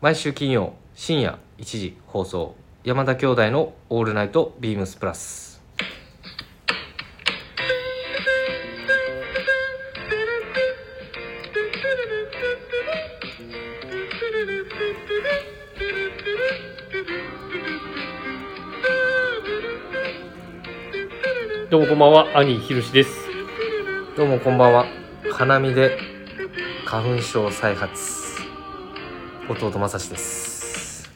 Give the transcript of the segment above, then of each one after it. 毎週金曜深夜1時放送山田兄弟の「オールナイトビームスプラス」どうもこんばんは、兄ひろしです。どうもこんばんは花見で花粉症再発弟正志です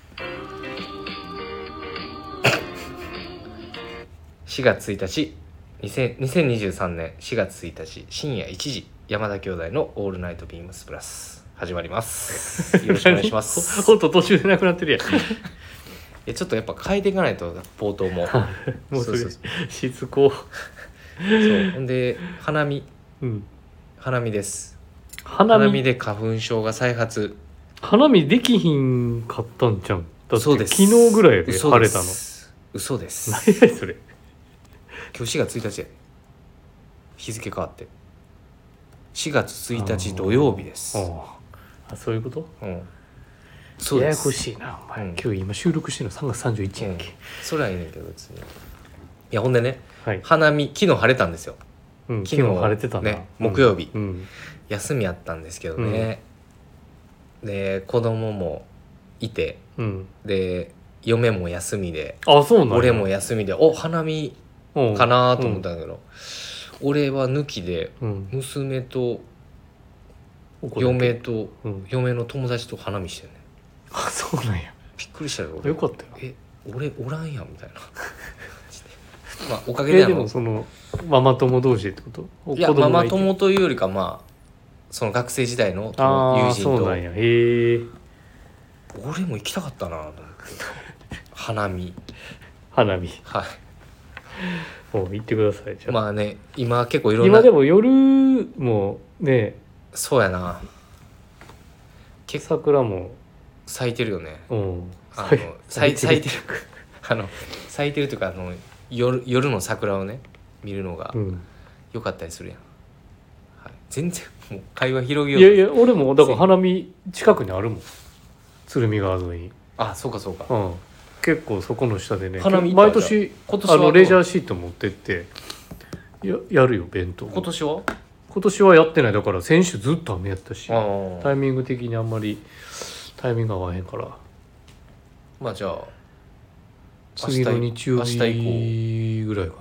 4月1日2000 2023年4月1日深夜1時山田兄弟の「オールナイトビームスプラス」始まりますよろしくお願いしますほんと途中でなくなってるやいやちょっとやっぱ変えていかないと冒頭もん。もうそれ、そうそしつこ。そうほんで花見うん。花見です花花見花見見で花粉症が再発できひんかったんじゃん。だってそうです昨日ぐらいやで嘘晴でれすたの。嘘です何やそれ。今日4月1日やで日付変わって4月1日土曜日ですああ、そういうことうんそうでややこすしいな、お前。うん今日今収録してるの3月31やっけ。それはいいねんけど別にいやほんでねはい。花見昨日晴れたんですようん、昨昨日日晴れてたな。ね木曜日うん。うん休みあったんですけどね、で子供もいてうん。で嫁も休みであ、そうなんや俺も休みでお花見うんかなと思ったんだけど、俺は抜きでうん。娘とお子だけ嫁。とうん。嫁の友達と花見してんねあ、そうなんや。びっくりしたよ俺よかったよ。え俺おらんやんみたいな まあおかげでえあでのもそのママ友同士ってことおいや子供マがマいて友というよりかまあその学生時代のあー友人そうとなんやへえ俺も行きたかったなと思って花見花見はもう行ってくださいじゃいあ、まあね今結構いろんな今でも夜もねそうやな結桜も咲いてるよねうんあ咲いの咲い咲いてる あの咲いてるというかあの夜夜の桜をね見るのがうん、良かったりするやん、はい、全然もう会話広げよいうとやいや俺もだから花見近くにあるもん鶴見川沿いに、あそうかそうかうん、結構そこの下でね花見行っ毎たんじゃん年今年あはのレジャーシート持ってってややるよ弁当今年は今年はやってないだから先週ずっと雨やったしあタイミング的にあんまりタイミングが合わへんからまあじゃあ次の日曜明日以降日ぐらいかな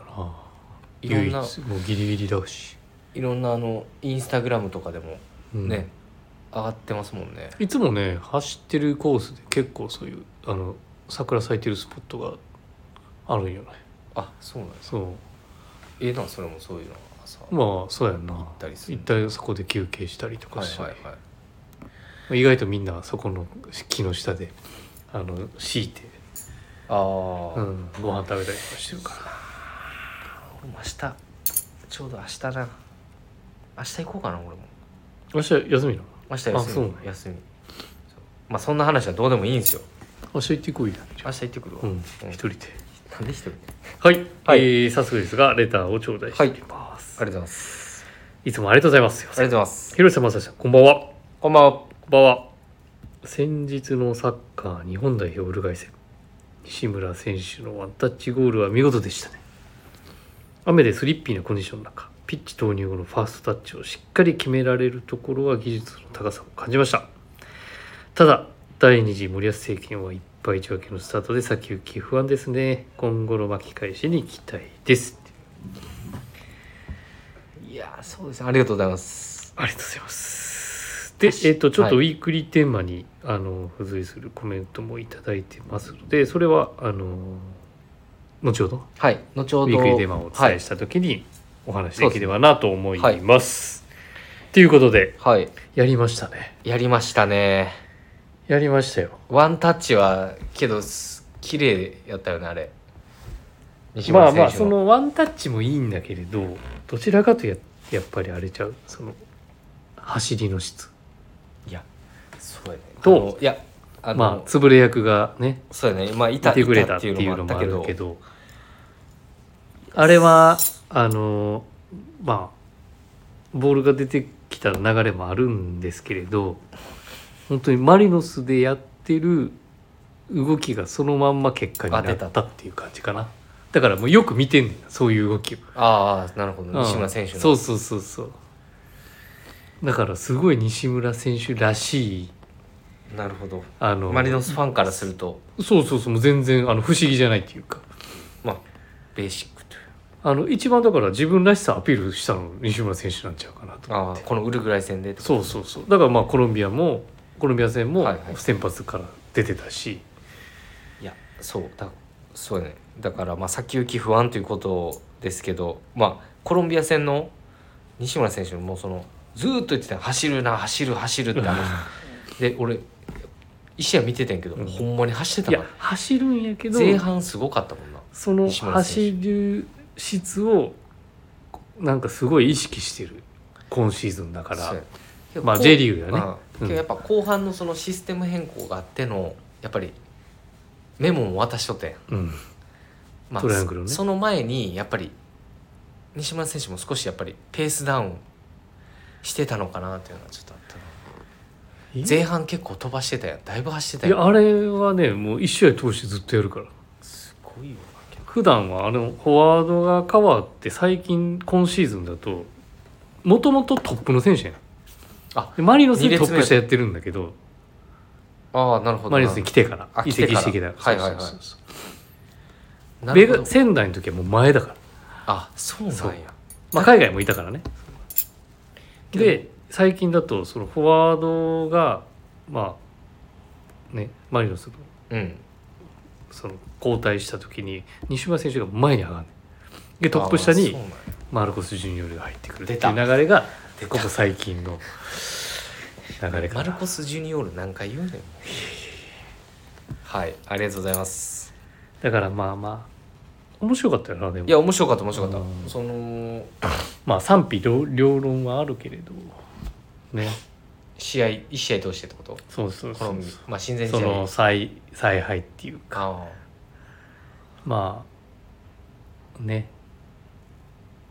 いろんな唯一もうギリギリだし、いろんなあのインスタグラムとかでもうんね、上がってますもんねいつもね走ってるコースで結構そういうあの桜咲いてるスポットがあるんよねあそうなんですそええなそれもそういうの朝うまあそうやんなたりする一体そこで休憩したりとかはいして、はいはい意外とみんなそこの木の下であの敷いて、ああ、ううん、ん、ご飯食べたりとかしてるから明日ちょうど明日な明日行こうかな俺も明日休みなの明日休みあそう休みそうまあそんな話はどうでもいいんですよ明日行ってこいよ明日行ってくるわ、うんなん一人でで一人ではい、はいえー早速ですがレターを頂戴しております、ありがとうございますいつもありがとうございます。ありがとうございます広瀬正史さん、こんばんは。こんばんはこんばんは。先日のサッカー日本代表ウルガイ戦、西村選手のワンタッチゴールは見事でしたね。雨でスリッピーなコンディションの中、ピッチ投入後のファーストタッチをしっかり決められるところは技術の高さを感じました。ただ、第2次森保政権は一敗一分けのスタートで先行き不安ですね。今後の巻き返しに期待です。いやーそうですねありがとうございますありがとうございます。で、えっ、私と、ちょっとウはィークリーテーマに、あの、付随するコメントもいただいてますので、それは、あの。後ほど、はい後ほウどィークリーテーマをお伝えしたときに、お話しできればなと思います。と、いうことで、はい、はい、やりましたね。やりましたねやりましたよ。ワンタッチはけどす綺麗やったよねあれ西ま村選手あまあ、そのワンタッチもいいんだけれど、どちらかとや、やっぱりあれちゃう、その。走りの質。いやそうやねとあのいやあの、まあ、潰れ役がね、そうやねまあいいたてくれいたっていうのもあるけどああれれははあのまあボールが出てきた流れもあるんですけれど本当にマリノスでやっってる動きがそのまんま結果になったっていう感じかなだからもうよく見てんねんなそういう動きをああなるほどうん西村選手のそうそうそうそうだからすごい西村選手らしいなるほどあのマリノスファンからするとそうそうそうもう全然あの不思議じゃないっていうかまあベーシックというあの一番だから自分らしさアピールしたの西村選手なんちゃうかなとああこのウルグライ戦でとそうそうそうだからまあコロンビアもコロンビア戦もはいはい先発から出てたし、いやそうだそうねだからまあ先行き不安ということですけどまあコロンビア戦の西村選手のもうそのずーっと言ってたよ走るな走る走るってあので俺一試合見てたんやけど、うんほんまに走っていたやから走るんやけど前半すごかったもんなその西村選走る質をなんかすごい意識してる今シーズンだかそうらやけどまあこう J リーグだまねあうんけどやっぱ後半のそのシステム変更があってのやっぱりメモも渡しとってん、うんまあ、トライアングルねそその前にやっぱり西村選手も少しやっぱりペースダウンしてたのかなというのはちょっとあったない前半結構飛ばしてたやんだいぶ走ってたいややんあれはねもう一試合通してずっとやるからすごいよな普段はあのフォワードが変わって最近今シーズンだともともとトップの選手やねあんマリノス二に列ト目ップ下やってるんだけどああなるほどなマリノスに来てからあ移来て籍からしてきたはいはいはいそうそうそうなベるほどガ仙台の時はもう前だから、あそうなんそうやまあ、海外もいたからねけどで最近だとそのフォワードがまあねマリノスのうんその交代した時に西村選手が前に上がるねんでトップ下あーにそうなんやマルコス・ジュニオルが入ってくるってい出たう流れが出たここ最近の流れかマルなコス・ジュニオール何回言うねんはいありがとうございますだからまあまあ面白かったよなでもいや面白かった面白かっうんたそのまあ賛否両両論はあるけれどね試合一試合通してってことそうそうコそロうンビまあ親善試そ合の再再配っていうかあまあね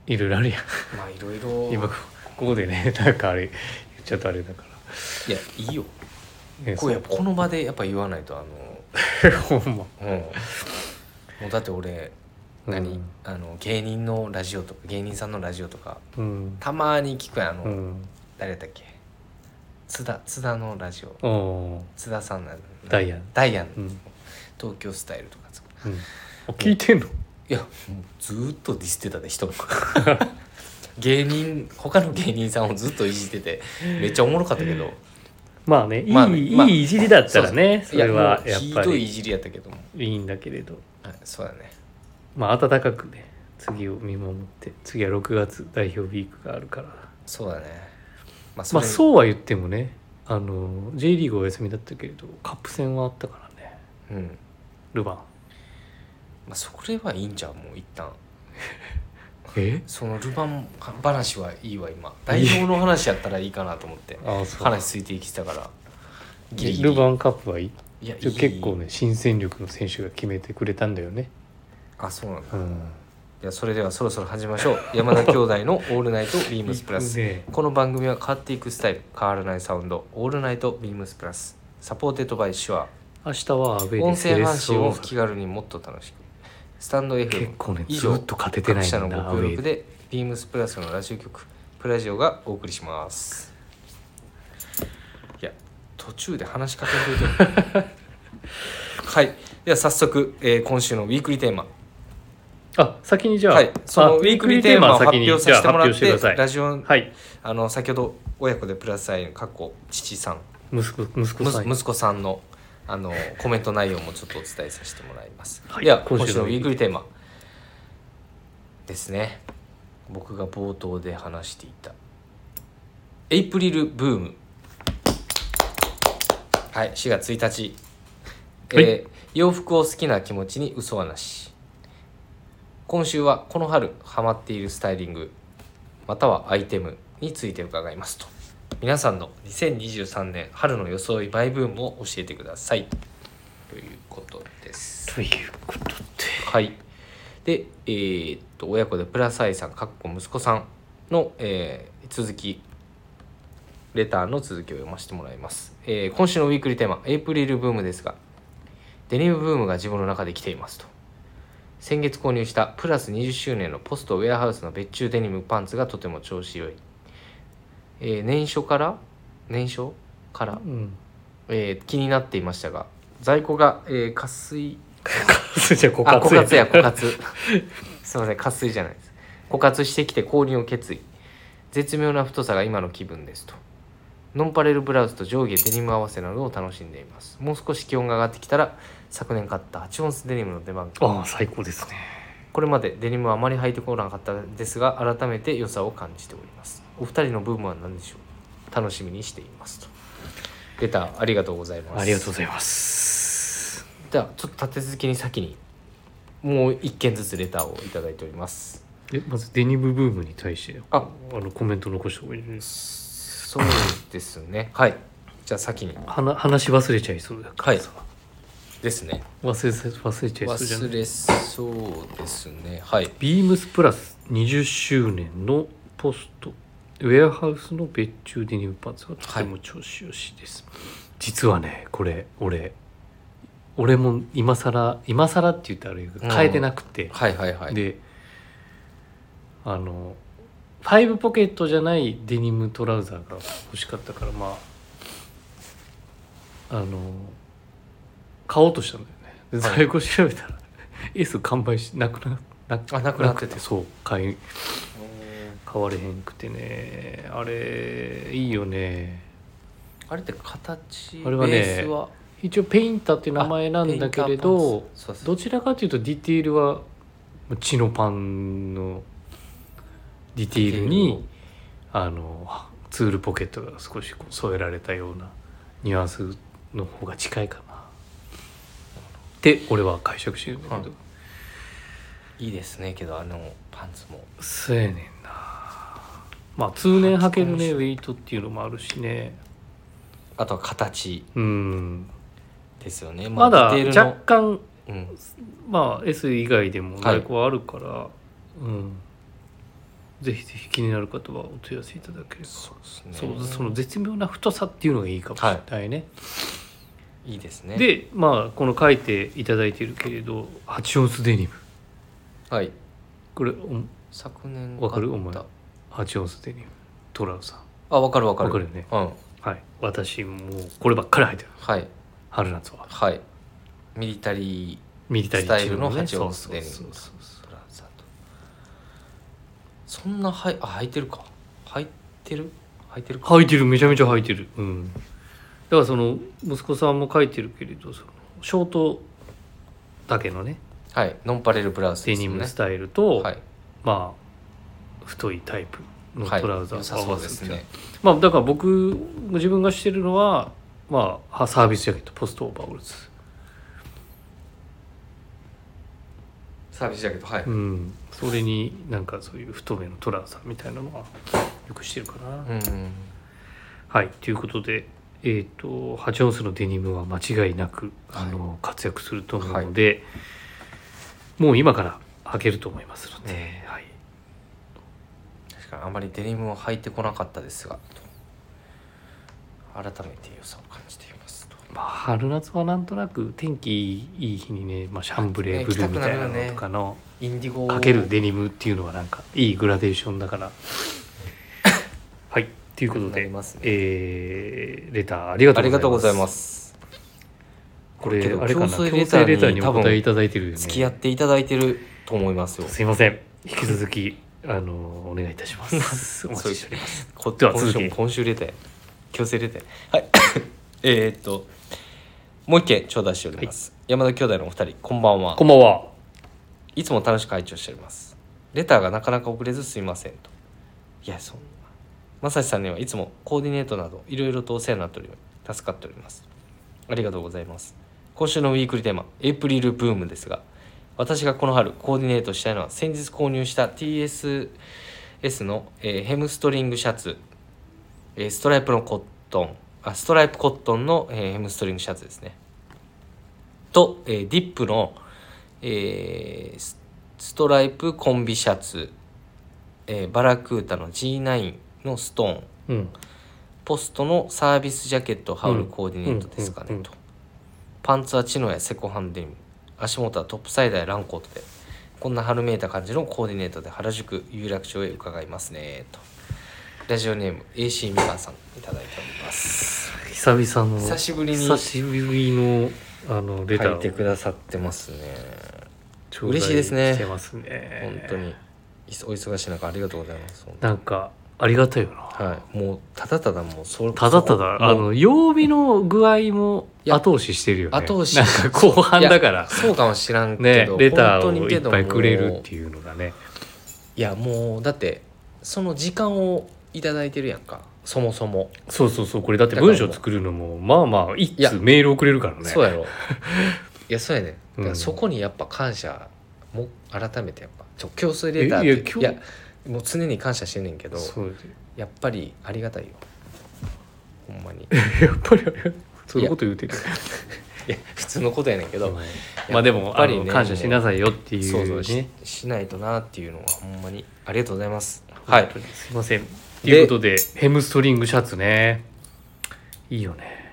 いろいろあるやんーまあいろいろ今こここでねなんかあれ言っちゃうとあれだかいやいいよら、ね、こうやっぱこの場でやっぱ言わないとあそうほんま のうんもうだって俺何、うんあの芸人のラジオとか芸人さんのラジオとかうんたまに聞くやんあの、うん誰だっけ津田津田のラジオお津田さんなのーダイアンダイアン、うん、東京スタイルとかさうん、あ聞いてんのいやもうずーっとディスってたで人も 芸人他の芸人さんをずっといじっててめっちゃおもろかったけどまあね、いい、まあねまあいいいじりだったらね、そいやれもうはやっひぱどいいりじりやったけども、いいんだけれど、はい、そうだねまあ温かくね、次を見守って、次は6月代表ウィークがあるから、そうだねまあそまあれそうは言ってもね、あの J リーグお休みだったけれど、カップ戦はあったからね、うんルヴァン。まあそれはいいんじゃんもう一旦え？そのルバン話はいいわ今代表の話やったらいいかなと思ってああそう。話ついていきてたからギリギリルヴァンカップはいい。いやいいちょ結構ね、新戦力の選手が決めてくれたんだよね。あそうなんだうん。いやそれではそろそろ始めまし ょう山田兄弟の「オールナイトビームスプラス」ねこの番組は変わっていくスタイル変わらないサウンド「オールナイトビームスプラス」サポーテッドバイシュア明日はアウェー音でセ声レッ配信ソを大阪気軽にもっと楽しくスタンド FM 結構ね、以ず上っと勝てて各ない社んのだ、ごアウ協ェ力ーで。でビームスプラスのラジオ局プラジオがお送りしますいや途中で話しかけんとい てはいでは早速、えー今週のウィークリーテーマあ、先にじゃあ、はい、そあのウィークリーテーマを発先に表させてもらってじゃあ発表してくださいラジオはいあの先ほど親子でプラス愛の過去父さん息子息子むさすん息子さんのあのコメント内容もちょっとお伝えさせてもらいます、はいでは今今週週ののウィークリーテーマですね僕が冒頭で話していたエイプリルブームはい4月1日、はいえー洋服を好きな気持ちに嘘はなし今週はこの春ハマっているスタイリングまたはアイテムについて伺いますと皆さんの2023年春の装いバイブームを教えてくださいということですということではいでえーっと親子でプラスアイさんかっこ息子さんの、えー続きレターの続きを読ませてもらいます、えー今週のウィークリーテーマエイプリルブームですがデニムブームが自分の中で来ていますと先月購入したプラス20周年のポストウェアハウスの別注デニムパンツがとても調子良い、えー年初から年初から、うん えー気になっていましたが在庫が、えー、渇水じゃあ枯あ枯渇渇や枯渇すいません渇水じゃないです枯渇してきて購入を決意絶妙な太さが今の気分ですとノンパレルブラウスと上下デニム合わせなどを楽しんでいますもう少し気温が上がってきたら昨年買った8オンスデニムの出番がああ最高ですねこれまでデニムはあまり履いてこなかったですが改めて良さを感じておりますお二人のブームは何でしょう楽しみにしていますとレターありがとうございますありがとうございますじゃあちょっと立て続けに先にもう1件ずつレターをいただいておりますえまずデニムブームに対してああのコメント残した方がいいですそうですねはいじゃあ先に話話し忘れちゃいそうだからさですね忘れさ忘れちゃいそうじゃない忘れそうですねはいビームスプラス20周年のポストウェアハウスの別注デニムパンツがとても調子よしです、実はねこれ俺俺も今更今更って言ったらあれだけどうん変えてなくて、はいはいはいであのファイブポケットじゃないデニムトラウザーが欲しかったからまああの買おうとしたんだよねではい在庫調べたら、S 完売しなくななあなくなってたそう買い買われへんくてねあれいいよねあれって形あれはねベースは一応ペインターっていう名前なんだけペイれどンターパンツそうそうどちらかというとディティールはチノパンのディティールにあのツールポケットが少しこう添えられたようなニュアンスの方が近いかなって俺は解釈してるんだけど、はいいいですねけどあのパンツもそうやねんなまあ通年履ける面ね白いウェイトっていうのもあるしねあとは形うんですよね、まだディテールの若干うん、まあ S 以外でも在庫はあるから、うんぜひぜひ気になる方はお問い合わせいただければそうですねそうその絶妙な太さっていうのがいいかもしれないね、いいですねでまあこの書いていただいてるけれど8オンスデニムはいこれお昨年わかるお買っ前た8オンスデニムトラウさんあわかるわかるわかるよねうんはい私もうこればっかり入ってるはい春夏ははいミリタリーミリタリースタイルのね8オンスデニムそうそうそうそうブラウザーとそんなはいあ履いてるか履いてる履いてるか履いてるめちゃめちゃ履いてるうんだからその息子さんも書いてるけれどそのショートだけのねはいノンパレルブラウスデですニよムねスタイルと、はいまあ太いタイプのはいトラウザ良ーさを合そわうでせすて、ねまあだから僕自分がしてるのはまあサービスジャケットポストオーバーオールズサービスジャケットはい、ううんんそれになんかそういう太めのトラウザーみたいなのはよくしてるかな、うん、はいということでえっ、と8オンスのデニムは間違いなく、はいあの活躍すると思うので、もう今から履けると思いますので、はい、確かにあまりデニムを履いてこなかったですが改めて良さを感じていますとまあ、春夏はなんとなく天気いい日にね、まあ、シャンブレーブルーみたいなのとかのインディゴをかけるデニムっていうのはなんかいいグラデーションだ から。はいということなでり、ますねえーレターありがあとうございます。りがとうございますこれけどあれかな強強制制レレタターーににお答えいただいてるよね。付き合っていただいてると思いますよすいません引き続きあのお願いいたします お待ちしておりますこでは今週続き今週出て強制出てはい えーっともう一件頂戴しております、山田兄弟のお二人こんばんはこんばんはいつも楽しく拝聴しておりますレターがなかなか遅れずすいませんといやそんなまさしさんにはいつもコーディネートなどいろいろとお世話になっており助かっておりますありがとうございます今週のウィークリーテーマエイプリルブームですが私がこの春コーディネートしたいのは先日購入した TSS の、えーヘムストリングシャツ、えーストライプのコットンあストライプコットンの、えーヘムストリングシャツですねと、えーディップの、えースストライプコンビシャツ、えーバラクータの G9 のストーンうんポストのサービスジャケット羽織るコーディネートですかうんねうんとパンツはチノやセコハンデニム足元はトップサイダーやランコートでこんな春めいた感じのコーディネートで原宿有楽町へ伺いますねとラジオネーム AC みかんさんいただいております久々の久しぶりに久しぶりのあのレタ書ーいてくださってますね頂戴嬉しいですねしてますね本当にいそお忙しい中ありがとうございますなんかありがたいよな、はいもうただただもうそただただあもうの曜日の具合もいや後押ししてるよね後押しなんか後半だからそうかもしらんけねど、レ本タ当ーをにいけっどぱいくれるってもいうのがねういやもうだってその時間をいただいてるやんかそもそも、そうそうそうこれだって文章作るのもまあまあ一いや通メール送れるからねそうや ろいやそうやねだかうんらそこにやっぱ感謝も改めてやっぱちょ今日それレターえいやってい今や日もう常に感謝してんねんけどそうやっぱりありがたいよほんま にいやっぱりあれそういうこと言うてるや普通のことやねんけど、まあでもやっぱりねあの感謝しなさいよっていうそうそうしねしないとなっていうのはほんまにありがとうございますはいすいませんということでヘムストリングシャツねいいよね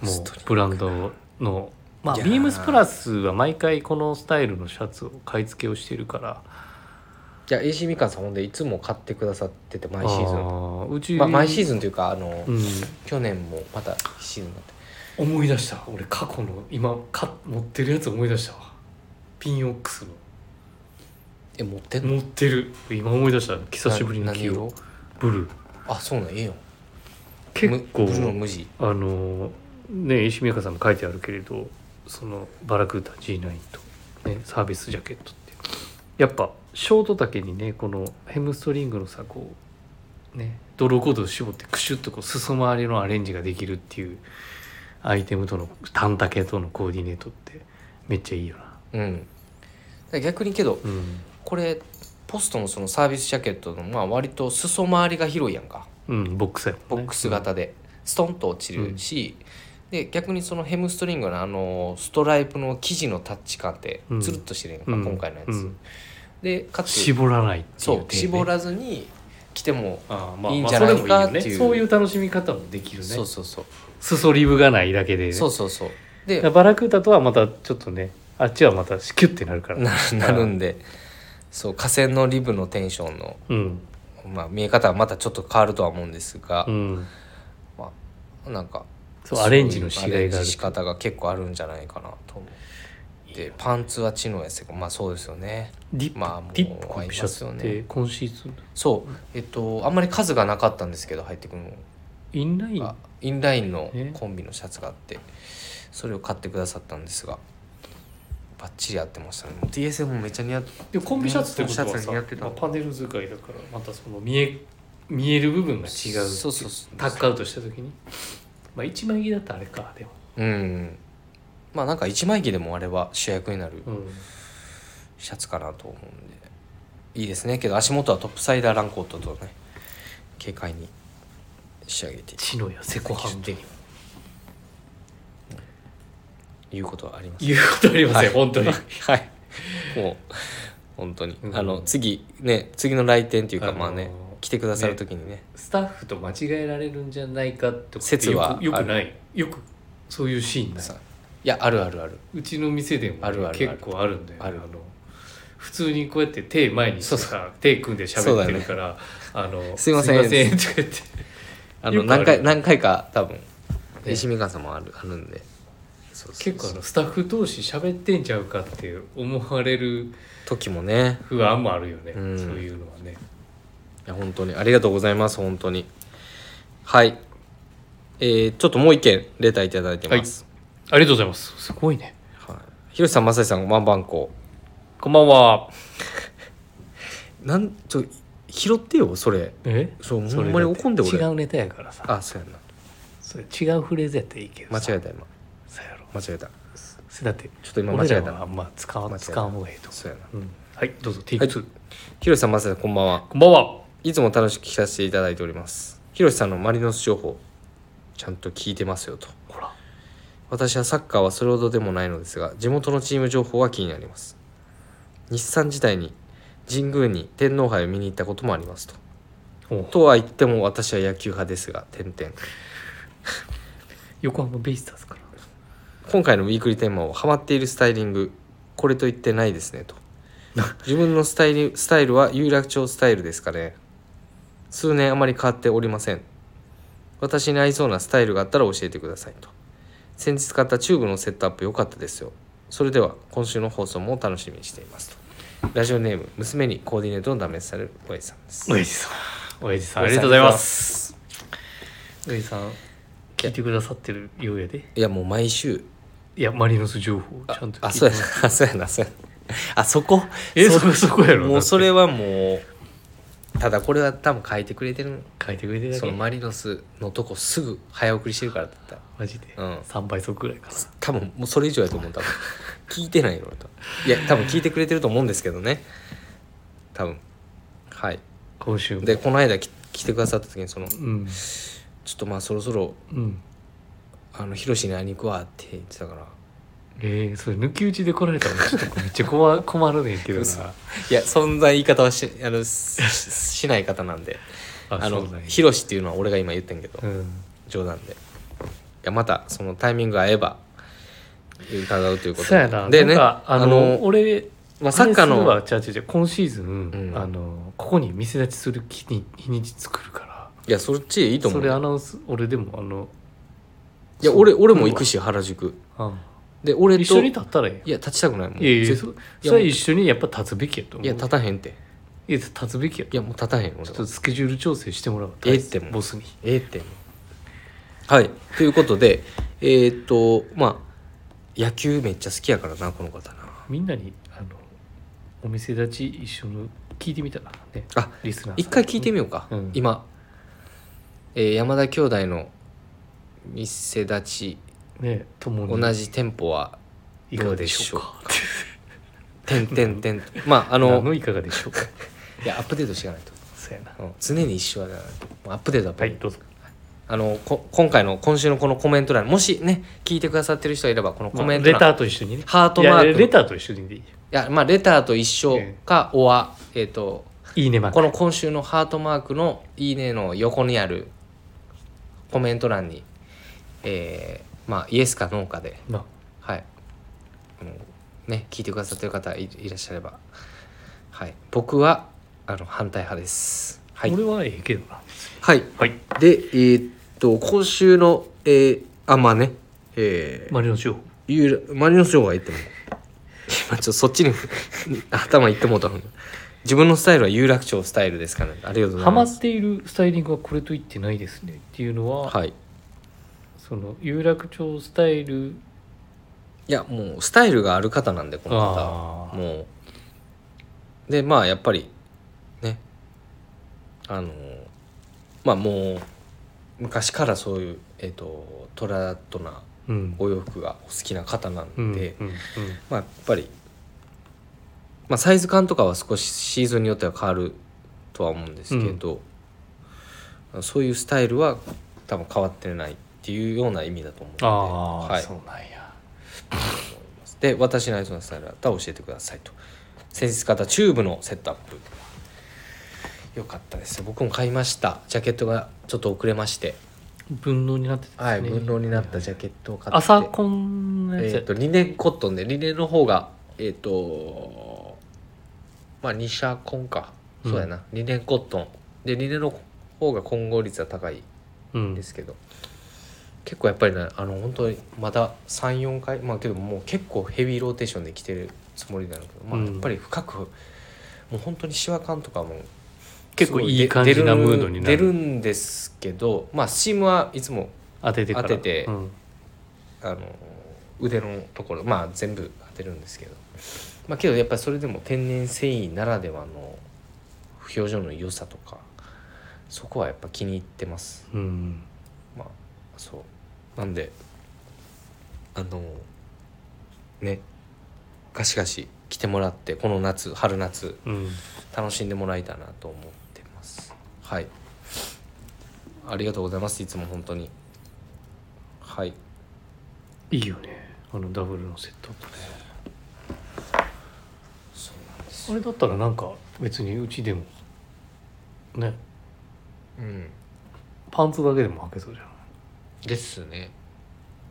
もうブランドのまあいビやーームスプラスは毎回このスタイルのシャツを買い付けをしてるからいや AC みかんさんほんでいつも買ってくださってて毎シーズンあーうち、まあ、毎シーズンというかあの、う去年もまたシーズンだってん、思い出した俺過去の今か持ってるやつ思い出したわピンオックスのえ持ってんの持ってる今思い出した久しぶりに着なよ何うブルーあそうなんええよ結構無の無地あのね石宮さんも書いてあるけれどそのバラクータ G9 と、ね、サービスジャケットってやっぱショート丈にねこのヘムストリングのさこうね泥コードを絞ってクシュッとこう裾回りのアレンジができるっていうアイテムとの短丈とのコーディネートってめっちゃいいよな。うんだから逆にけどうんこれポストのそのサービスジャケットのまあ割と裾回りが広いやんかうん、ボックスやもボんねックス型でストンと落ちるし、で逆にそのヘムストリングのあのストライプの生地のタッチ感ってうんつるっとしてるやんか、うん今回のやつ、うんでかつ絞らないっていうそう点ね絞らずに着ても、あーまあいいんまあじゃないそれもよかっていねうそういう楽しみ方もできるねそうそうそう裾リブがないだけでねそうそうそうでバラクータとはまたちょっとねあっちはまたキュッてなるからななるんでそう河川のリブのテンションの、うんまあ、見え方はまたちょっと変わるとは思うんですが、うんまあ、なんかそうアレンジのしそうがいうアレいがンあジる仕方が結構あるんじゃないかなと思うでパンツはチノやせまあそうですよねディップ、まあもうディップコンシャツっ合いますよて今シーズンそうえっとあんまり数がなかったんですけど入ってくるのインラインがインラインのねコンビのシャツがあってそれを買ってくださったんですがバッチリ合ってましたね DSM もめっちゃ似合ってでコンビシャツってことコンビはシャツさにやってたまあ、パネル使いだからまたその見え見える部分が違うっていそうそうそうタックアウトした時にまあ一枚着だったらあれかでもうんまあなんか一枚着でもあれは主役になるうんシャツかなと思うんでいいですねけど足元はトップサイダーランコートとね軽快に仕上げてチノやセコハンデにいうことはあります言うことありません、本 当にはいもう本当に、うんあの次ね次の来店っていうか、あのーまあね来てくださる時にねスタッフと間違えられるんじゃないかってこと説はよくよあくるないよくそういうシーンないさいやあるあるあるうちの店でもね、あるあるある結構あるんだよね、あるの普通にこうやって手前にしてさ手組んで喋ってるから「あ のすいませんすいません」とか言ってあよのくあ何る回何回か多分西見川さんもあるあるんでそうそうそう結構あのスタッフ同士喋ってんちゃうかって思われる時もね不安もあるよね、うんそういうのはねいや本当にありがとうございます本当にはいえー、ちょっともう一件レターいただいてます、ありがとうございますすごいねはいひろしさんまさしさんワンバンコこんばんはなんちょ拾ってよそれえそうそほれんまに怒んでだって俺違うネタやからさあそうやんなそれ違うフレーズやったらいいけど間さ違えた今そうやろ間違えたそれだってちょっと今間違俺えらたはあんま使わ間違えた使わん方がいいと思そうやなう、うん、はいどうぞテイク2、はひろしさんまさしさんこんばんはこんばんはいつも楽しく聞かせていただいておりますひろしさんのマリノス情報ちゃんと聞いてますよとほら私はサッカーはそれほどでもないのですが地元のチーム情報は気になります日産時代に神宮に天皇杯を見に行ったこともありますとおうとは言っても私は野球派ですが点々横浜ベイスターズから今回のウィークリーテーマを「ハマっているスタイリングこれと言ってないですね」と 自分のスタイルスタイルは有楽町スタイルですかね数年あまり変わっておりません私に合いそうなスタイルがあったら教えてくださいと先日買ったチューブのセットアップ良かったですよそれでは今週の放送も楽しみにしていますとラジオネーム娘にコーディネートをダメされるおやじさんです親父さん親父さんありがとうございますす親父さん聞いてくださってるようやでいやもう毎週いやマリノス情報をちゃんとあ聞そいうてやなあそうやなそうやなあそこえそこそこやろもうそれをはもうただこれは多分書いてくれてる書いてくれてるだそけのマリノスのとこすぐ早送りしてるからだったマジで、うん3倍速ぐらいかな多分もうそれ以上やと思う 多分聞いてないの俺多分いや多分聞いてくれてると思うんですけどね多分はい今週もでこの間き来てくださった時にそのちょうんっとまあそろそろうんあのヒロシに会いに行くわって言ってたからえー、それ抜き打ちで来られたらちょっとめっちゃ困困るねんけど嘘ないやそんな言い方はしあのししない方なんでああのそうなんやヒロシっていうのは俺が今言ってんけどうん冗談でいやまたそのタイミング合えば伺うということでそうやなでねなんかあの俺まあ、サッカーあれするわのちゃうちゃうちゃう今シーズン、んあのここに店立ちする日に日にち作るからいやそっちいいと思それアうナウンス俺でもあのいや俺俺も行くし原宿あで俺と一緒に立ったらええいや立ちたくないもんやんいやいや絶そいやそれは一緒にやっぱ立つべきやと思ういや立たへんっていや立つべきやいやもう立たへん俺ちょっはとスケジュール調整してもらおうええってもうボスにええってはいということでえーっとまあ野球めっちゃ好きやからなこの方なみんなにあのお店立ち一緒の聞いてみたらねあリスナーさんに一回聞いてみようか、うん今、えー山田兄弟の店立ちね共に同じ店舗はどうでしょういかか。点点点。 まあああのののいかがで しょうかいやアップデートしていかないと。そうやなうん常に一緒はなアップデートアップはデーいトどうぞあのこ今回の今週のこのコメント欄もしね聞いてくださってる人がいればこのコメントレタ欄、ーと一緒にねハートマークいやレターと一緒にでいいよいやまあレターと一緒か、おはえっ、といいねマークこの今週のハートマークのいいねの横にあるコメント欄にえーまあイエスかノーかでなはい。あのね、聞いてくださってる方いいらっしゃれば。はい。僕は、あの、反対派です。はい。俺はええけどなはい。はいで、えーっと、今週の、えー、あ、まあね、えー、マリノス情報ゆうらマリノス情報が言っても。今、ちょっとそっちに 頭いってもうたのに自分のスタイルは有楽町スタイルですかね。ありがとうござハいマまっす。ているスタイリングはこれと言ってないですねっていうのは、はい。その有楽町スタイルいや、もう、スタイルがある方なんで、この方は。あーもうでまあやっぱりねあのまあもう昔からそういう、えー、とトラッドなうんお洋服がお好きな方なうんんで、うんうんまあやっぱり、まあ、サイズ感とかは少しシーズンによっては変わるとは思うんですけど、そういうスタイルは多分変わってないっていうような意味だと思うのでああ、はい、そうなんやで私のアイスのスタイルだったら教えてくださいと先日買ったチューブのセットアップよかったです僕も買いましたジャケットがちょっと遅れまして分納になってたはい分納になったジじゃャケットを買って朝コンのやつえやー、とリネンコットンでリネンの方がえっ、とまあ2社コンか、うんそうやなリネンコットンでリネンの方が混合率は高いうんですけど、結構やっぱりねあの本当にまだ34回まあけどもう結構ヘビーローテーションで来てるつもりなのけど、まあ、うんやっぱり深くもう本当にシワ感とかも結構すごいい感じなムードにな出る出るるんですけどまあスチームはいつも当ててから当ててうんあの腕のところまあ全部当てるんですけどまあけどやっぱりそれでも天然繊維ならではの表情の良さとかそこはやっぱ気に入ってますうんまあそうなんであのねガシガシ来てもらってこの夏春夏うん楽しんでもらえたらなと思ってますはいありがとうございますいつも本当にはいいいよねあのダブルのセットアップねそうなんですあれだったらなんか別にうちでもねうんパンツだけでも履けそうじゃんですね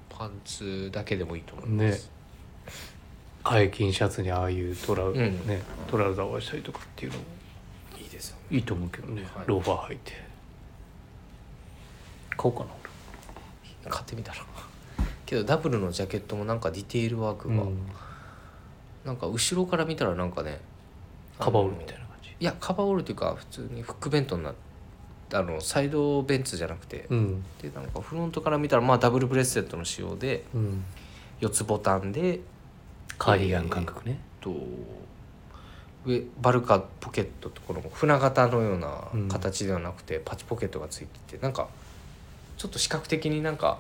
パンツだけでもいいと思います、解禁シャツにああいうトラ,、んね、トラウザーをしたりとかっていうのもいいですよいいと思うけどね、はいローファー履いて買おうかな買ってみたらけどダブルのジャケットもなんかディテールワーク俺、が、うん、なんか後ろから見たらなんかねカバーオールみたいなな感じいやカバーオールというか普通にフックベントになあのサイドベンツじゃなくて、うんでなんかフロントから見たらまあダブルブレスレットの仕様でうん4つボタンでカーディガン感覚ね、と上バルカポケットとこの船型のようなうん形ではなくて、パチポケットがついててなんかちょっと視覚的になんか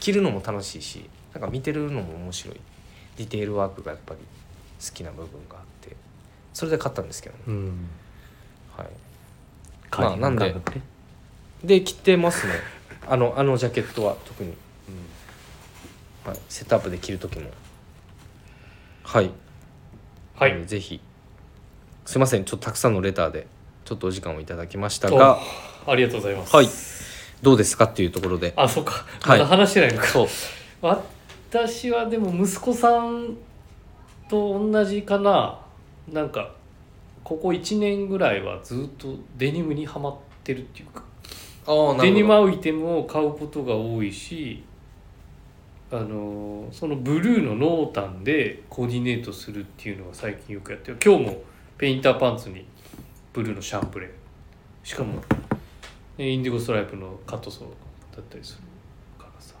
着るのも楽しいしなんか見てるのも面白いディテールワークがやっぱり好きな部分があってそれで買ったんですけどね、うん、はい、カーディガン感ま覚ね、で着てますね あのあのジャケットは特に、はい、セットアップで着る時もはいはえーいぜひすいませんちょっとたくさんのレターでちょっとお時間をいただきましたがあありがとうございますはいどうですかっていうところであそうかはまいだ話してないのか、そう私はでも息子さんと同じかななんかここ1年ぐらいはずっとデニムにはまってるっていうかああデニムアイテムを買うことが多いしあのーそのブルーの濃淡でコーディネートするっていうのは最近よくやってる今日もペインターパンツにブルーのシャンプレーしかも、ね、インディゴストライプのカットソーだったりするからさ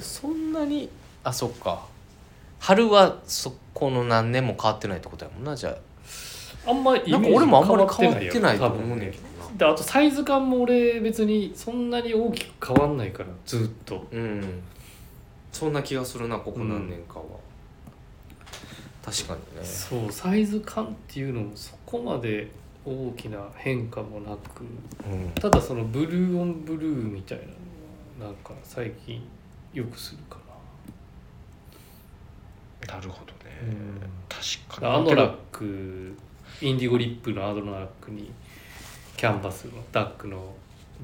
そんなにあそっか春はそこの何年も変わってないってことやもんなじゃあんまイあなメーんジか俺もあんまり変わっよてないと多思う分ねんねけどなであとサイズ感も俺別にそんなに大きく変わんないからずっとうんそんな気がするなここ何年かは、確かにねそうサイズ感っていうのもそこまで大きな変化もなくうんただそのブルーオンブルーみたいなのはなんか最近よくするかなるほどねな、うん確アノラックインディゴリップのアドラックにキャンバスのダックの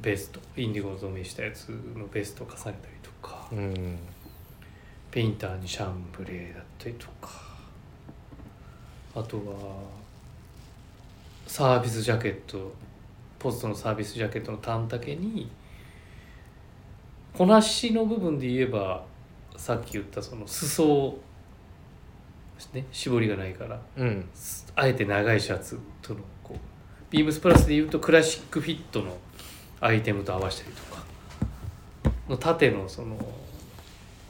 ベストインディゴ染めしたやつのベストを重ねたりとかうんペインターにシャンブレーだったりとかあとはサービスジャケットポストのサービスジャケットの短丈にこなしの部分で言えばさっき言ったその裾を、ね、絞りがないからうんすあえて長いシャツとのこうビームスプラスで言うとクラシックフィットのアイテムと合わせたりとかの縦のその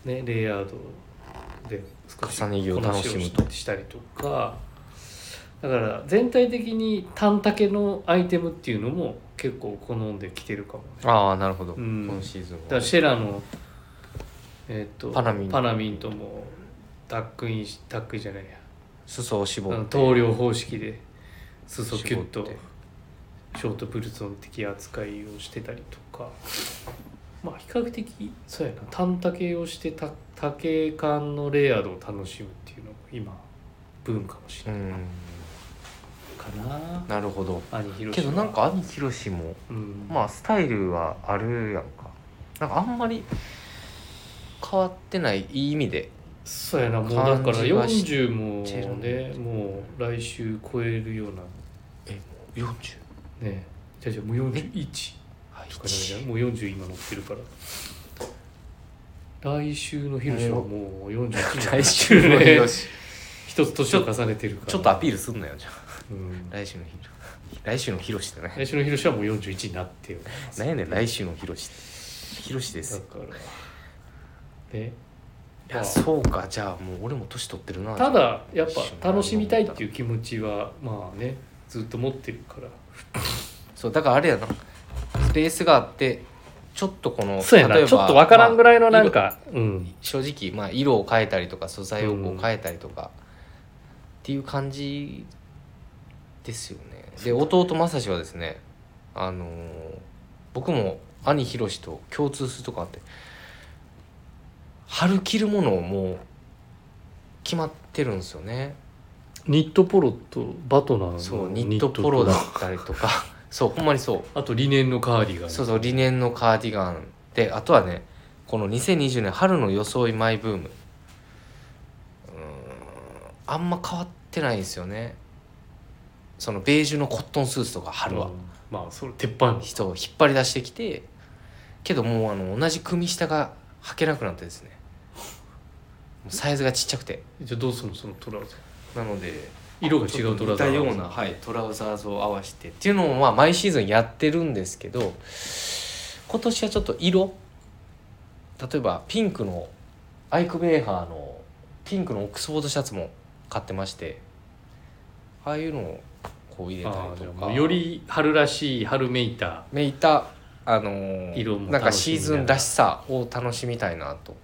ねレイヤードで少し重ね着を楽しむとこなしをしたりとかだから全体的に短丈のアイテムっていうのも結構好んできてるかもねああなるほど、うん今シーズンはだからシェラの、えっとパナミントパナミントもタックインしタックインじゃないや裾を絞あのって投量方式で裾キュッ絞っとてショートプルゾン的扱いをしてたりとかまあ比較的そうやな単丈をしてた丈感のレイヤードを楽しむっていうのも今ブームかもしうれなんいかな、なるほど兄ひろしけはどなん、か兄ひろしもうん、まあスタイルはあるやんかなんかあんまり変わってないいい意味でそうやなもうだから感じはし40もてるんねもう来週超えるよう40なねじゃあじゃあもう41。はいとかじゃないもう40今乗ってるから来週のヒロシはもう41来週のひろし 一つ年を重ねてるからちょっとアピールすんなよじゃあうん来週のひろ来週のひろしってね来週のヒロシはもう41になってよ何やねん来週のひろしってひろしでだすからねいやそうかじゃあもう俺も年取ってるなただやっぱ楽しみたいっていう気持ちはまあねずっと持ってるからそうだからあれやなスペースがあってちょっとこのそうやなちょっとわからんぐらいらいのなんか、うん正直、まあ、色を変えたりとか素材をこう変えたりとか、っていう感じですよねで弟正志はですねあのー僕も兄ひろしと共通するとこあって春着るものをもう決まってるんですよねニットポロとバトナーのそうニットポロだったりとかそうほんまにそうあとリネンのカーディガンそうそうリネンのカーディガンであとはねこの2020年春の装いマイブームうーんあんま変わってないんですよねそのベージュのコットンスーツとか春はうんまあそれ鉄板人を引っ張り出してきてけどもうあの同じ組下が履けなくなってですねもうサイズがちっちゃくてじゃあどうするのそのトラウザなのでー色が違うトラウザー似たような、はい、トラウザーズを合わせてっていうのもまあ毎シーズンやってるんですけど今年はちょっと色例えばピンクのアイク・ベーハーのピンクのオックスフォードシャツも買ってましてああいうのをこう入れたりあーじゃとあかもうより春らしい春めいためいた、あのー色も楽しみながらなんかシーズンらしさを楽しみたいなと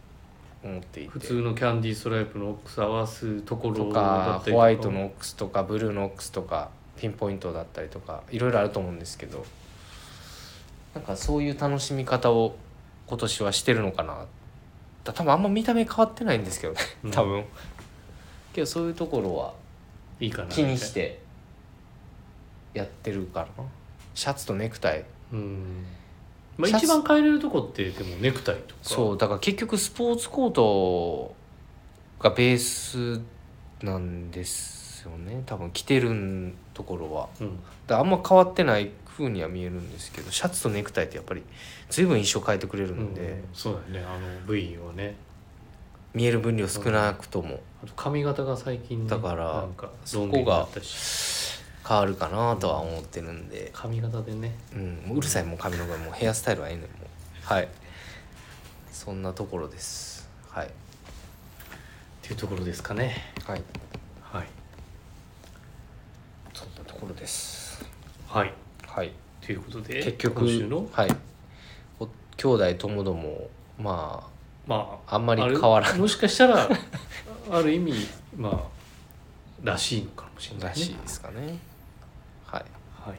思っていて普通のキャンディーストライプのオックス合わすところとだかったりとかホワイトのオックスとかブルーのオックスとかピンポイントだったりとかいろいろあると思うんですけどなんかそういう楽しみ方を今年はしてるのかなだ多分あんま見た目変わってないんですけどねうん多分、けどそういうところはいいかな気にしてやってるからなシャツとネクタイうん、まあ、シャツ一番変えれるとこってでもネクタイとかそうだから結局スポーツコートがベースなんですよね多分着てるんところはうん、だからあんま変わってない風には見えるんですけどシャツとネクタイってやっぱり随分印象変えてくれるんで、うんそうだよねあの部位はね見える分量少なくともあと髪型が最近、ね、だからなんかそこがロン毛になったし変わるかなとは思ってるんで、髪型でねうん、もううるさいもう髪の毛もうヘアスタイルはええねんもうはいそんなところですはいっていうところですかねはいはいそんなところですはいはいということで結局今週のはいお兄弟ともどもままあああんまり変わらあれもしかしたら ある意味まあらしいのかもしれんない、らね、しいですかねはいはい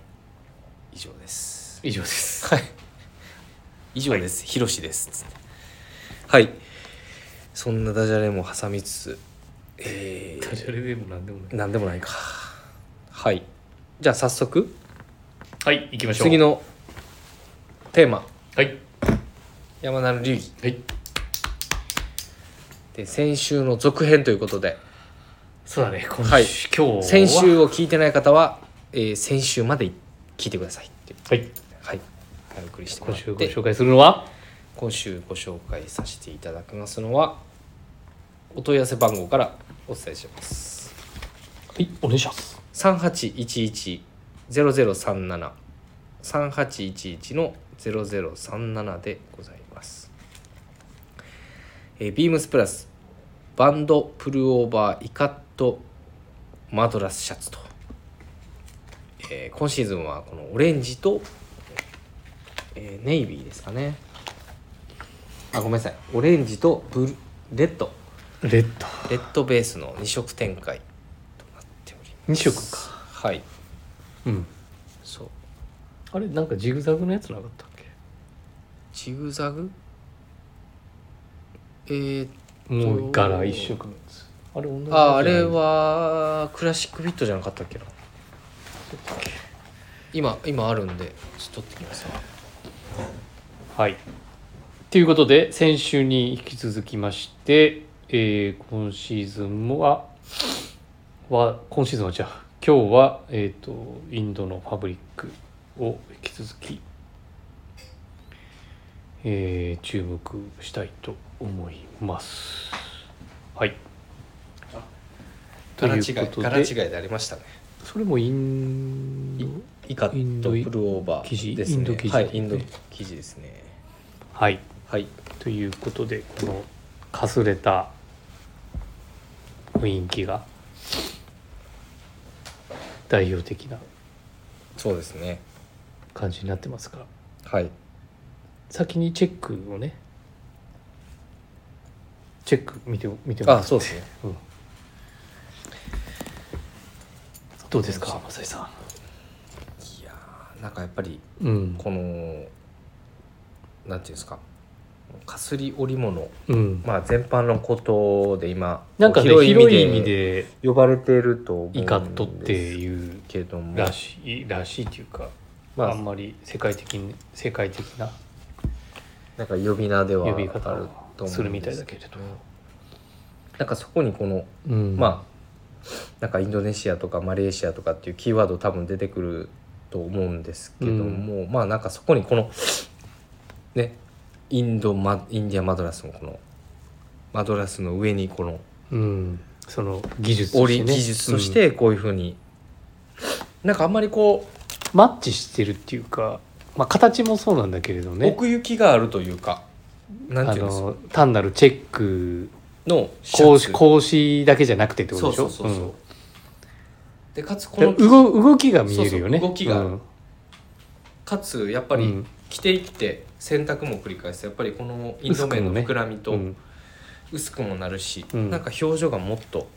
以上です以上ですはい。以上です。ひろしです。つってはい。そんなダジャレも挟みつつ、えダジャレでも何でもなー、いなんでもないか。はい。じゃあ早速、はい行きましょう次のテーマ、はい山田の流儀。はいで、先週の続編ということで、そうだね今週、はい今日は先週を聞いてない方は、えー先週まで聞いてくださいっていう。はいはい。はい、お送りしても今らっ週ごて紹介するのは今週ご紹介させていただきますのはお問い合わせ番号からお伝えしますはいお願いします3811-0037 3811の0037でございますえービームスプラスバンドプルオーバーイカットマドラスシャツと、えー今シーズンはこのオレンジと、えーネイビーですかねあごめんなさいオレンジとブルレッドレッドレッドベースの2色展開となっております二色かはいうんそうあれなんかジグザグのやつなかったっけジグザグえー、もう柄一色のやつあれ同じやつじゃないああれはクラシックフィットじゃなかったっけな今今あるんでちょっと取ってきますわはいということで先週に引き続きまして、えー今シーズンもはは今シーズンはじゃあ今日は、えー、とインドのファブリックを引き続き、えー注目したいと思います。はいと柄違いいうこと柄違いででありましたねそれもインドイカとインドプルオーバ生地ーですねインド生地はいインド生地ですねはいはいということでこのかすれた雰囲気が代表的なそうですね感じになってますからはい先にチェックをねチェック見て見てもらあってそうですねうんどうですか正井さいやーなんかやっぱりんうんこのなんていうんですかかすり織物うんまあ全般のことで今なんかね広い意味で呼ばれていると思うんイカットってですいうけどもらしいらしいというかまああんまり世界的に世界的ななんか呼び名ではあ呼びる方をと思するうんみたでいだすけれど、なんかそこにこのうんまあなんかインドネシアとかマレーシアとかっていうキーワード多分出てくると思うんですけども、まあなんかそこにこのねインドマインディアマドラスのこのマドラスの上にこのうん、その技術と織してりね技術としてこういうふうに、なんかあんまりこうんマッチしてるっていうか、まあ、形もそうなんだけれどう、ね奥行きがあるというかなんあていうんですかの単なるチェックのシャ講ツ師講師だけじゃなくてってそこうとでしそょうそうそう、でかつこうんので動動きが見えるよねそうそう動きがあるうんやっかつやっぱぱり、着ていって洗濯も繰り返すやっぱりこのインド面の膨らみと薄くもなるし、うんなんか表情がもっと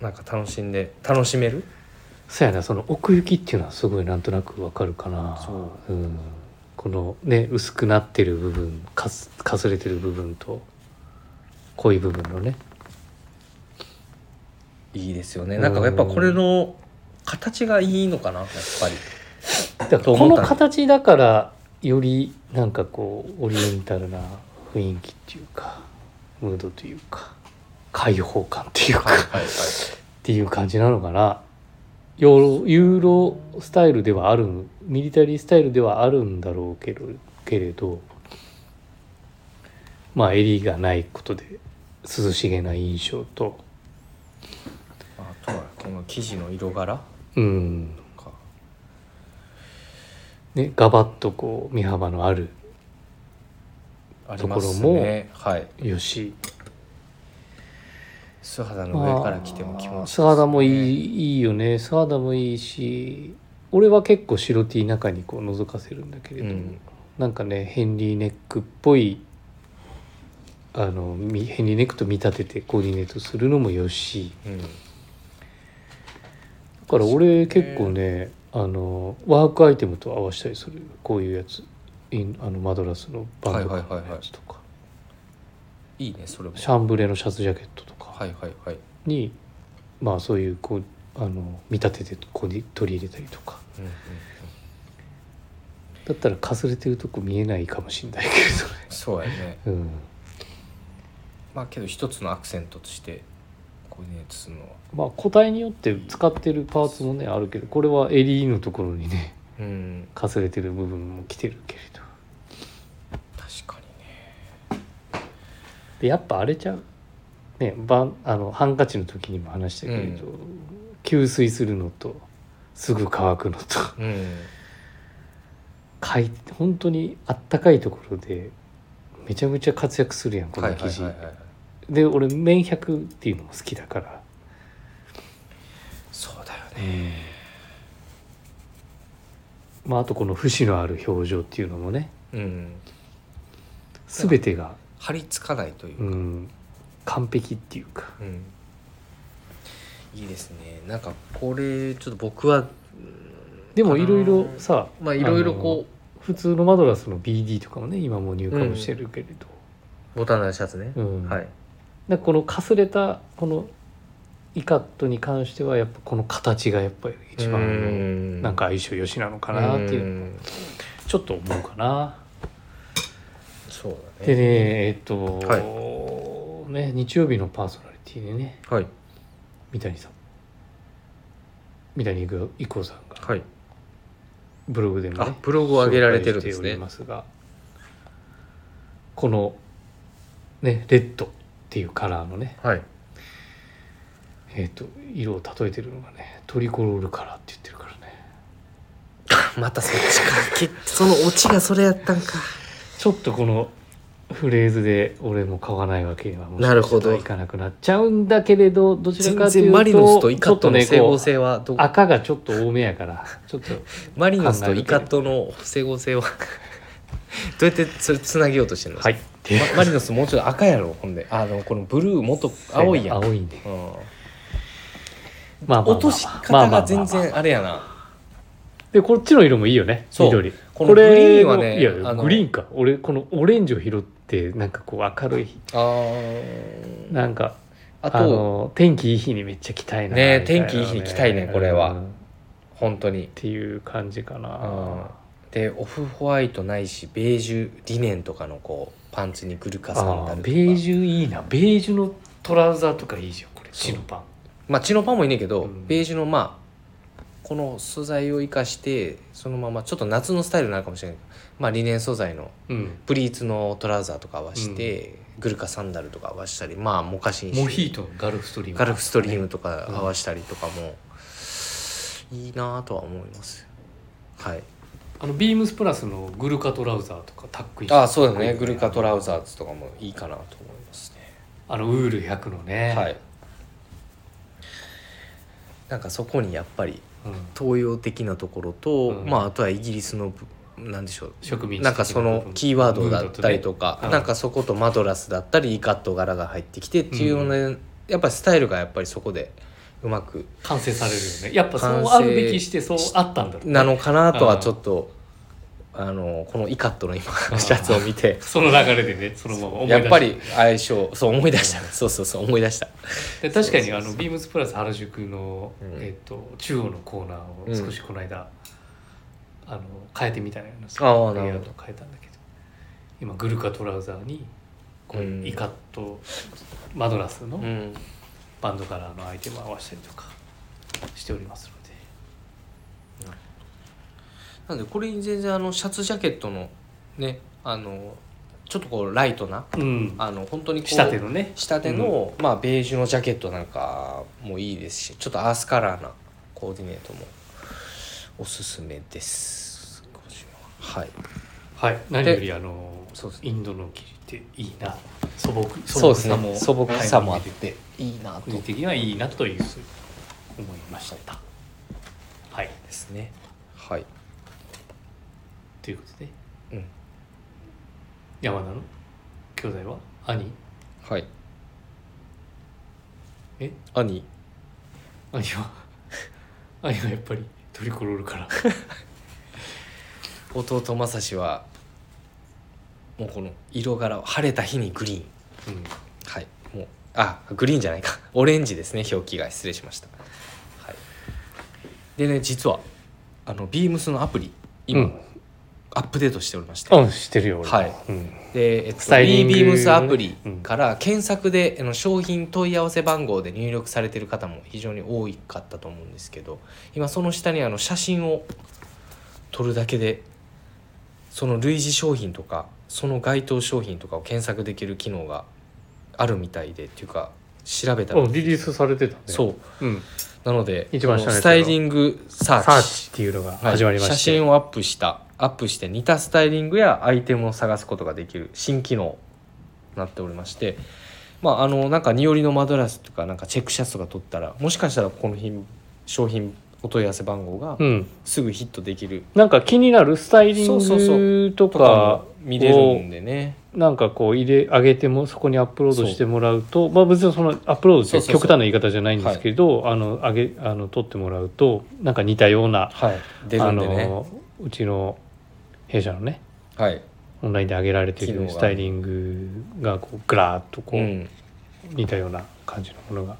なんか楽しんで楽しめるそうやなその奥行きっていうのはすごいなんとなくわかるかなそうん、このね薄くなってる部分かすかすれてる部分と濃い部分のねいいですよねうんなんかやっぱこれの形がいいのかなやっぱりだからこ思っのたね形だからよりなんかこうオリエンタルな雰囲気っていうかムードというか開放感っていうかはいっていう感じなのかなヨーロユーロスタイルではあるミリタリースタイルではあるんだろうけどけれどまあ襟がないことで涼しげな印象と あとはこの生地の色柄うんかねガバッとこう身幅のあるありまとすころもねはいよし素肌の上から着ても気持ちいいまあですね素肌もいいいいよね素肌もいいし俺は結構白 T 中にこう覗かせるんだけれうども、んなんかねヘンリーネックっぽいあのみヘンリーネックと見立ててコーディネートするのもよしうんだから俺結構ねあのワークアイテムと合わせたりするこういうやつインあのマドラスのバンドはいのはいはいはいやつとかいいねそれもシャンブレのシャツジャケットとかはいはいはいに、まあそういうこうあの見立ててこう取り入れたりとかうんうんうんだったらかすれてるとこ見えないかもしれないけそうやねれどね、まあけど一つのアクセントとしてコーディネートするのはうん、まあ個体によって使ってるパーツもねあるけどこれは襟のところにねうんかすれてる部分も来てるけれど確かにねでやっぱあれちゃう、ね、バンあのハンカチの時にも話したけれど、う吸水するのとすぐ乾くのとうんかい本当にあったかいところでめちゃめちゃ活躍するやんこはいのは生い地、はいはいで俺綿100っていうのも好きだから、そうだよねまあ、あとこの節のある表情っていうのもねうん全てが、張り付かないといううか、ん、完璧っていうかうんいいですねなんかこれちょっと僕はでもいろいろさまあいろいろこう普通のマドラスの BD とかもね今もう入荷もしてるけれど、うボタンのシャツね、うんはいだからこのかすれたこのイカットに関してはやっぱこの形がやっぱり一う番なんか相性良しなのかなっていううんちょっと思うかな。そうだでねねえっと、ね日曜日のパーソナリティでねはい三谷さん三谷郁夫さんがはいブログでもあねブログを上げられてるんです紹介しておりねますがこのねレッドっていうカラーのねはいえっ、と色を例えてるのがねトリコロールカラーって言ってるからね またそっちかきそのオチがそれやったんかちょっとこのフレーズで俺も買わないわけにはもしなるかほしどたらいかなくなっちゃうんだけれど どちら全かとい然うとマリノスとイちカょッっとトのね整合こ性はどうう赤がちょっと多めやからちょっとマリノスとイカットの整合性は どうやってそれつなげようとしてるの、はいでまマリノスもうちょっと赤やろほんであのこのブルーもっと青いやん、うん青いねまあまあまあ落とし方が全然あれやなでこっちの色もいいよねそう緑このグリーンはねこれのいあやのグリーンか俺このオレンジを拾ってなんかこう明るいあーなんかああとの天気いい日にめっちゃ着たいなねえみたいな天気いい日に着たいねこれはうんっ本当にていう感じかなでオフホワイトないしベージュリネンとかのこうパンツにグルカサンあダあルとーベかージュいいなベージュのトラウザーとかいいじゃんこれそう白パンまあチノパンもいいねんけど、うんベージュのまあこの素材を生かしてそのままちょっと夏のスタイルになるかもしれないけどまあリネン素材のうんプリーツのトラウザーとか合わして、グルカサンダルとか合わしたりまあモカシンしてモヒートのガルフストリームガルフストリームとか合わしたりとかも、いいなとは思いますよはいあのビームスプラスのグルカトラウザーとかタックインああそうだねグルカトラウーザーズとかもいいかなと思いますねあのウール100のねはいなんかそこにやっぱりうん東洋的なところと、うんまああとはイギリスのぶなんでしょう植民地的なんかそのキーワードだったりとか、うんなんかそことマドラスだったりイカット柄が入ってきてっていうような、やっぱりスタイルがやっぱりそこでうまく完成されるよねやっぱそう完成あるべきしてそうあったんだろうねなのかなとはうんちょっとあのこのイカットの今んシャツを見てその流れでねそのまま思い出しやてっぱり相性そう思い出したそうそうそう思い出したで確かにそうあそうそうのビームスプラス原宿の、うんえっと中央のコーナーを少しこの間、あの変えてみたいなんですあーなレイるアほウどト変えたんだけど今グルカトラウザーにこういううんイカとマドラスのうんバンドカラーのアイテムを合わせたりとかしておりますので、なんでこれに全然あのシャツジャケットのねあのちょっとこうライトなうん、あの本当にこう仕立てのね仕立ての、まあ、ベージュのジャケットなんかもいいですしちょっとアースカラーなコーディネートもおすすめです今週ははいはい何よりあのそうですねインドの切りっていいな素朴そうですね素素朴朴さもさもあっていいなと個人的にはいいなという思いましたはいですねはい、ということでうん、山田の兄弟は兄はいえ兄兄は 兄はやっぱりトリコロールから弟正志はもうこの色柄を晴れた日にグリーンうんはいもうあグリーンじゃないか オレンジですね表記が失礼しました、はい、でね実はあのビームスのアプリ今、うんアップデートしておりまして、うんしてるよ俺はい、で、えっと、スタイリング b ね e a m s アプリうんから検索であの商品問い合わせ番号で入力されてる方も非常に多かったと思うんですけど今その下にあの写真を撮るだけでその類似商品とかその該当商品とかを検索できる機能があるみたいでっていうか調べたら、リリースされてたねそうう、ん、なので一番この下のスやつだタろイリングサーチサーチっていうのがはい始まりま写して、真をアップしたアップして似たスタイリングやアイテムを探すことができる新機能になっておりましてまああのなんかニオリのマドラスとかなんかチェックシャツとか取ったらもしかしたらこの品商品お問い合わせ番号がうんすぐヒットできるなんか気になるスタイリンそうそうそグととかかも見れるんでねなんかこう入れ上げてもそこにアップロードしてもらうとまあ別にそのアップロードってそうそうそう極端な言い方じゃないんですけどあの上げあの取ってもらうとなんか似たようなはい出るんであねのうちの弊社のねはいオンラインで上げられて機能るがスタイリングがこうグラーッとこううん似たような感じのものが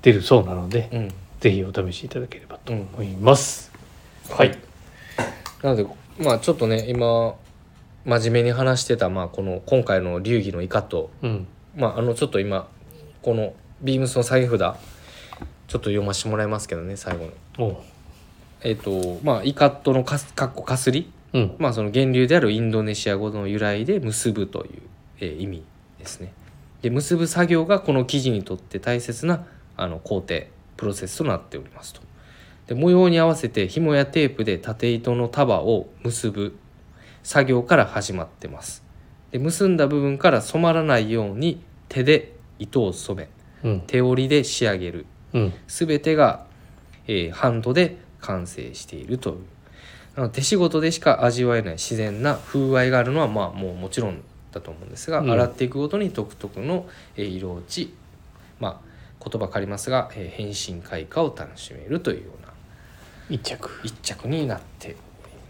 出るそうなので、うんぜひお試しいただければとうん思います。はい、なのでまあちょっとね今真面目に話してたまあこの今回の流儀のイカとうん、まあ、あのちょっと今このビームスの財布札ちょっと読ませてもらいますけどね最後に。おうえっ、とまあイカットのかすかっこかすり、うん、まあ、その源流であるインドネシア語の由来で結ぶという、えー意味ですね。で結ぶ作業がこの生地にとって大切なあの工程プロセスとなっておりますと。で模様に合わせて紐やテープで縦糸の束を結ぶ作業から始まってます。で結んだ部分から染まらないように手で糸を染めうん、手織りで仕上げるうん、全てが、えーハンドで完成しているというあの手仕事でしか味わえない自然な風合いがあるのはまあもうもちろんだと思うんですが、うん洗っていくごとに独特の、えー色落ちまあ言葉借りますが、えー変身開花を楽しめるというような一着。一着になっており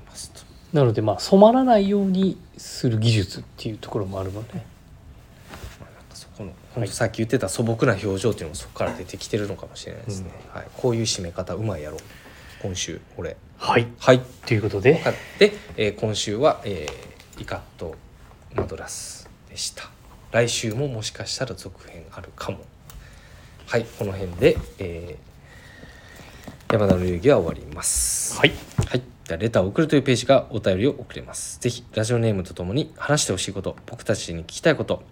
ますと。なのでまあ染まらないようにする技術っていうところもあるもんね。まあなんかそこの本当さっき言ってた素朴な表情っていうのもそこから出てきてるのかもしれないですね、はいこういう締め方うまいやろ今週俺はいはいということではいで、えー今週は、えーイカとマドラスでした来週ももしかしたら続編あるかもはいこの辺で、えー山田の遊戯は終わりますはいはい。ではレターを送るというページがお便りを送れます。ぜひ、ラジオネームとともに話してほしいこと、僕たちに聞きたいこと、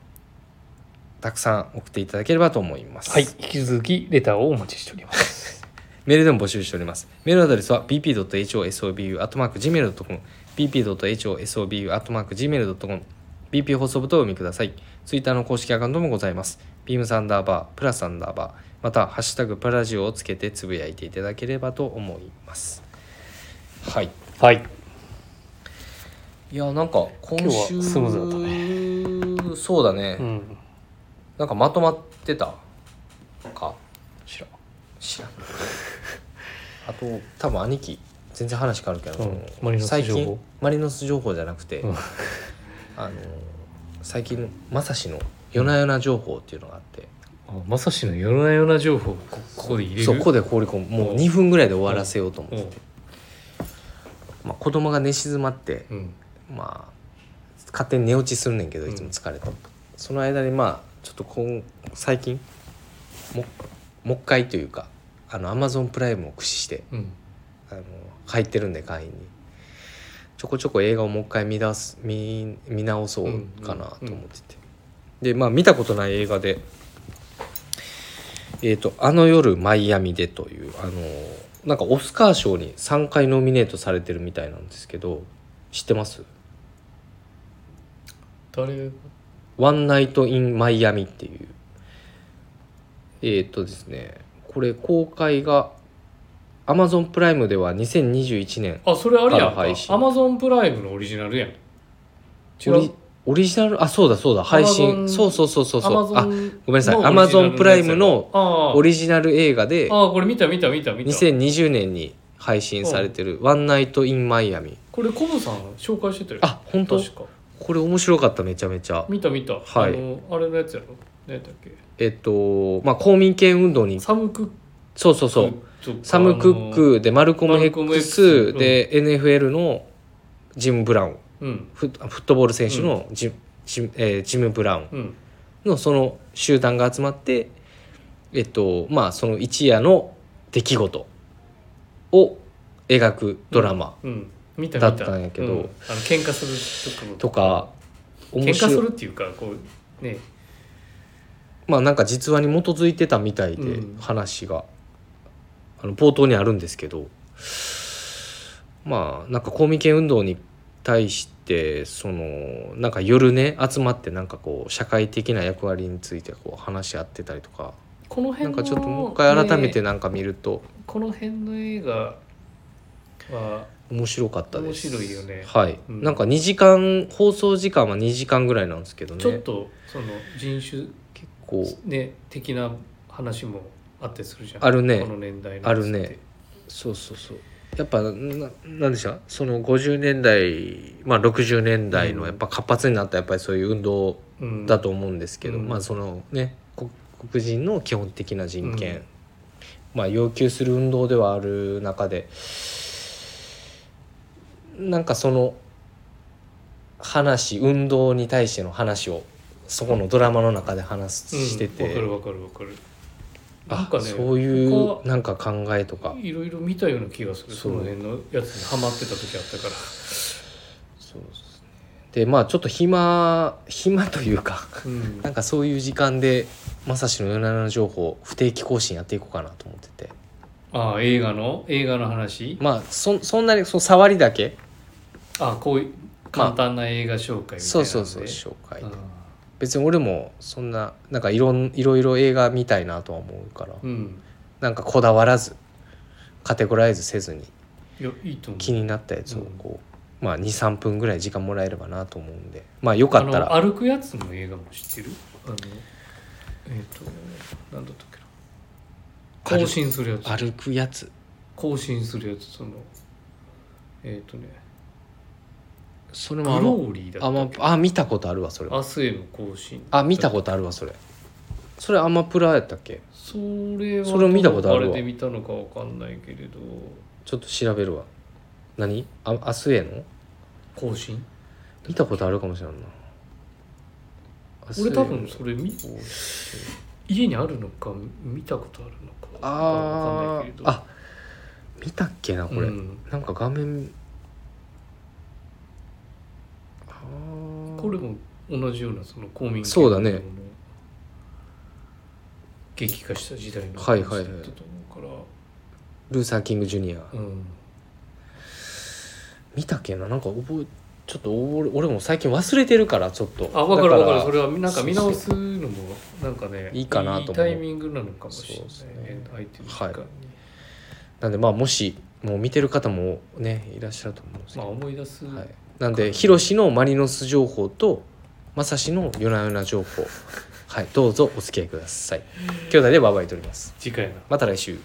たくさん送っていただければと思います。はい引き続きレターをお待ちしておりますメールでも募集しております。メールアドレスは bp.hosobu.gmail.com bp.hosobu.gmail.com bp 放送部とお読みください。ツイッターの公式アカウントもございます。ビームサンダーバー、プラサンダーバー、またはハッシュタグプラジオをつけてつぶやいていただければと思います。はい。はいいやなんか今週今日はスムーズだったそうだね、うんなんかまとまってたか知らん知らんあと多分兄貴全然話変わるけど、うんマリノス最情報近マリノス情報 じゃなくて、うんあの最近まさしの夜な夜な情報っていうのがあって、あまさしの夜な夜な情報をこここで入れるそうここで放り込むもう2分ぐらいで終わらせようと思っうて、んまあ、子供が寝静まって、うんまあ勝手に寝落ちするねんけどうんいつも疲れて、その間にまあちょっとこん最近ももう一回というかあのアマゾンプライムを駆使してうんあの入ってるんで会員にちょこちょこ映画をもう一回見出す見見直そうかなと思ってて、うんうんうんでまあ見たことない映画で「えー、とあの夜マイアミで」というあのなんかオスカー賞に3回ノミネートされてるみたいなんですけど知ってます誰がワンナイト・イン・マイアミっていう。えーっとですね、これ公開が Amazon プライムでは2021年あそれあれやんから配信かアマゾンプライムのオリジナルやんオ違リうオリジナル、あ、そうだそうだ、配信。 Amazon そうそうそうそうアマそう。ゾあ、ンごめんなさいのオリジナルのやつや Amazon プライムのあーオリジナル映画であーこれ見た見た見た見た2020年に配信されてるワンナイト・イン・マイアミ。これコブさん紹介してたよあ、本当確かこれ面白かった、めちゃめちゃ。見た見た、はいあのあれのやつやろ何やったっけえっと、まあ、公民権運動に、サムクックそうそうそう。とかサム・クックでマルコムマルコム X X で NFL のジム・ブラウンあのうんフッフットボール選手のジ,、ジムえージム・ブラウンうんのその集団が集まってえっとまあその一夜の出来事を描くドラマうん見た見だたったんやけどうんあの喧嘩するところとか面喧嘩す白いるっていうかこうねまあなんか実話に基づいてたみたいでうん話が、あの冒頭にあるんですけどまあなんか公民権運動に対してそのなんか夜ね集まってなんかこう社会的な役割についてこう話し合ってたりとかこの辺なのんかちょっともう一回改めてねなんか見るとこの辺の映画は面白かったで面す。白いよねはい、うんなんか2時間放送時間は2時間ぐらいなんですけどねちょっとその人種結構ね的な話もあってするじゃんあるねこの年代のあるねそうそうそうやっぱななんでしょうその50年代、まあ、60年代うのんやっぱ活発になったやっぱりそういう運動うんだと思うんですけど、うんまあそのねこ黒人の基本的な人権、うんまあ要求する運動ではある中でなんかその話運動に対しての話をそこのドラマの中で話すしてて、うん、わかるわかるわかるなあんかねそういう僕なんか考えとかは。いろいろ見たような気がするそそうの辺のやつにハマってた時あったからそうですねでまあちょっと暇暇というか うんなんかそういう時間でまさしの47情報不定期更新やっていこうかなと思っててああ映画の映画の話まあそそんなにその触りだけあこういう簡単な映画紹介みたいなのでそうそうそう紹介であ別に俺もそんななんかいろんいろいろ映画見たいなとは思うからあうんなんかこだわらずカテゴライズせずにいやいいと思う気になったやつをうんこう、まあ23分ぐらい時間もらえればなと思うんでまあよかったらあの歩くやつの映画も知ってるあのえっ、と何だったっけな更新するやつ歩くやつ更新するやつそのえっ、とねそれグもロあのーリーだあ,、ったまっけあ、あ見たことあるわそれは明日への更新あ見たことあるわそれそれアマプラやったっけそれはそれを見たことあるわどこかで見たのかわかんないけれどちちょっと調べるわ何あ明日への更新見たことあるかもしれんな俺多明分日へそれの見更新家にあるのか見たことあるのかわかんあないけーれどあ見たっけなこれ、うんなんか画面あーこれも同じようなその公民権そうだねの激化した時代のはいはいはいだったと思うから、ルーサー・キング・ジュニアうん、見たっけななんか覚えちょっと俺俺も最近忘れてるからちょっとあ分かる分かるだそれはなんか見直すのもなんかねいいかなと思うタイミングなのかもしれないそうですね相手の時間に、はなんでまあもしもう見てる方もねいらっしゃると思うんですけまあど、思い出す、はい、なんでヒロシのマリノス情報とマサシの夜な夜な情報はいどうぞお付き合いください兄弟でバイバイとります次回のまた来週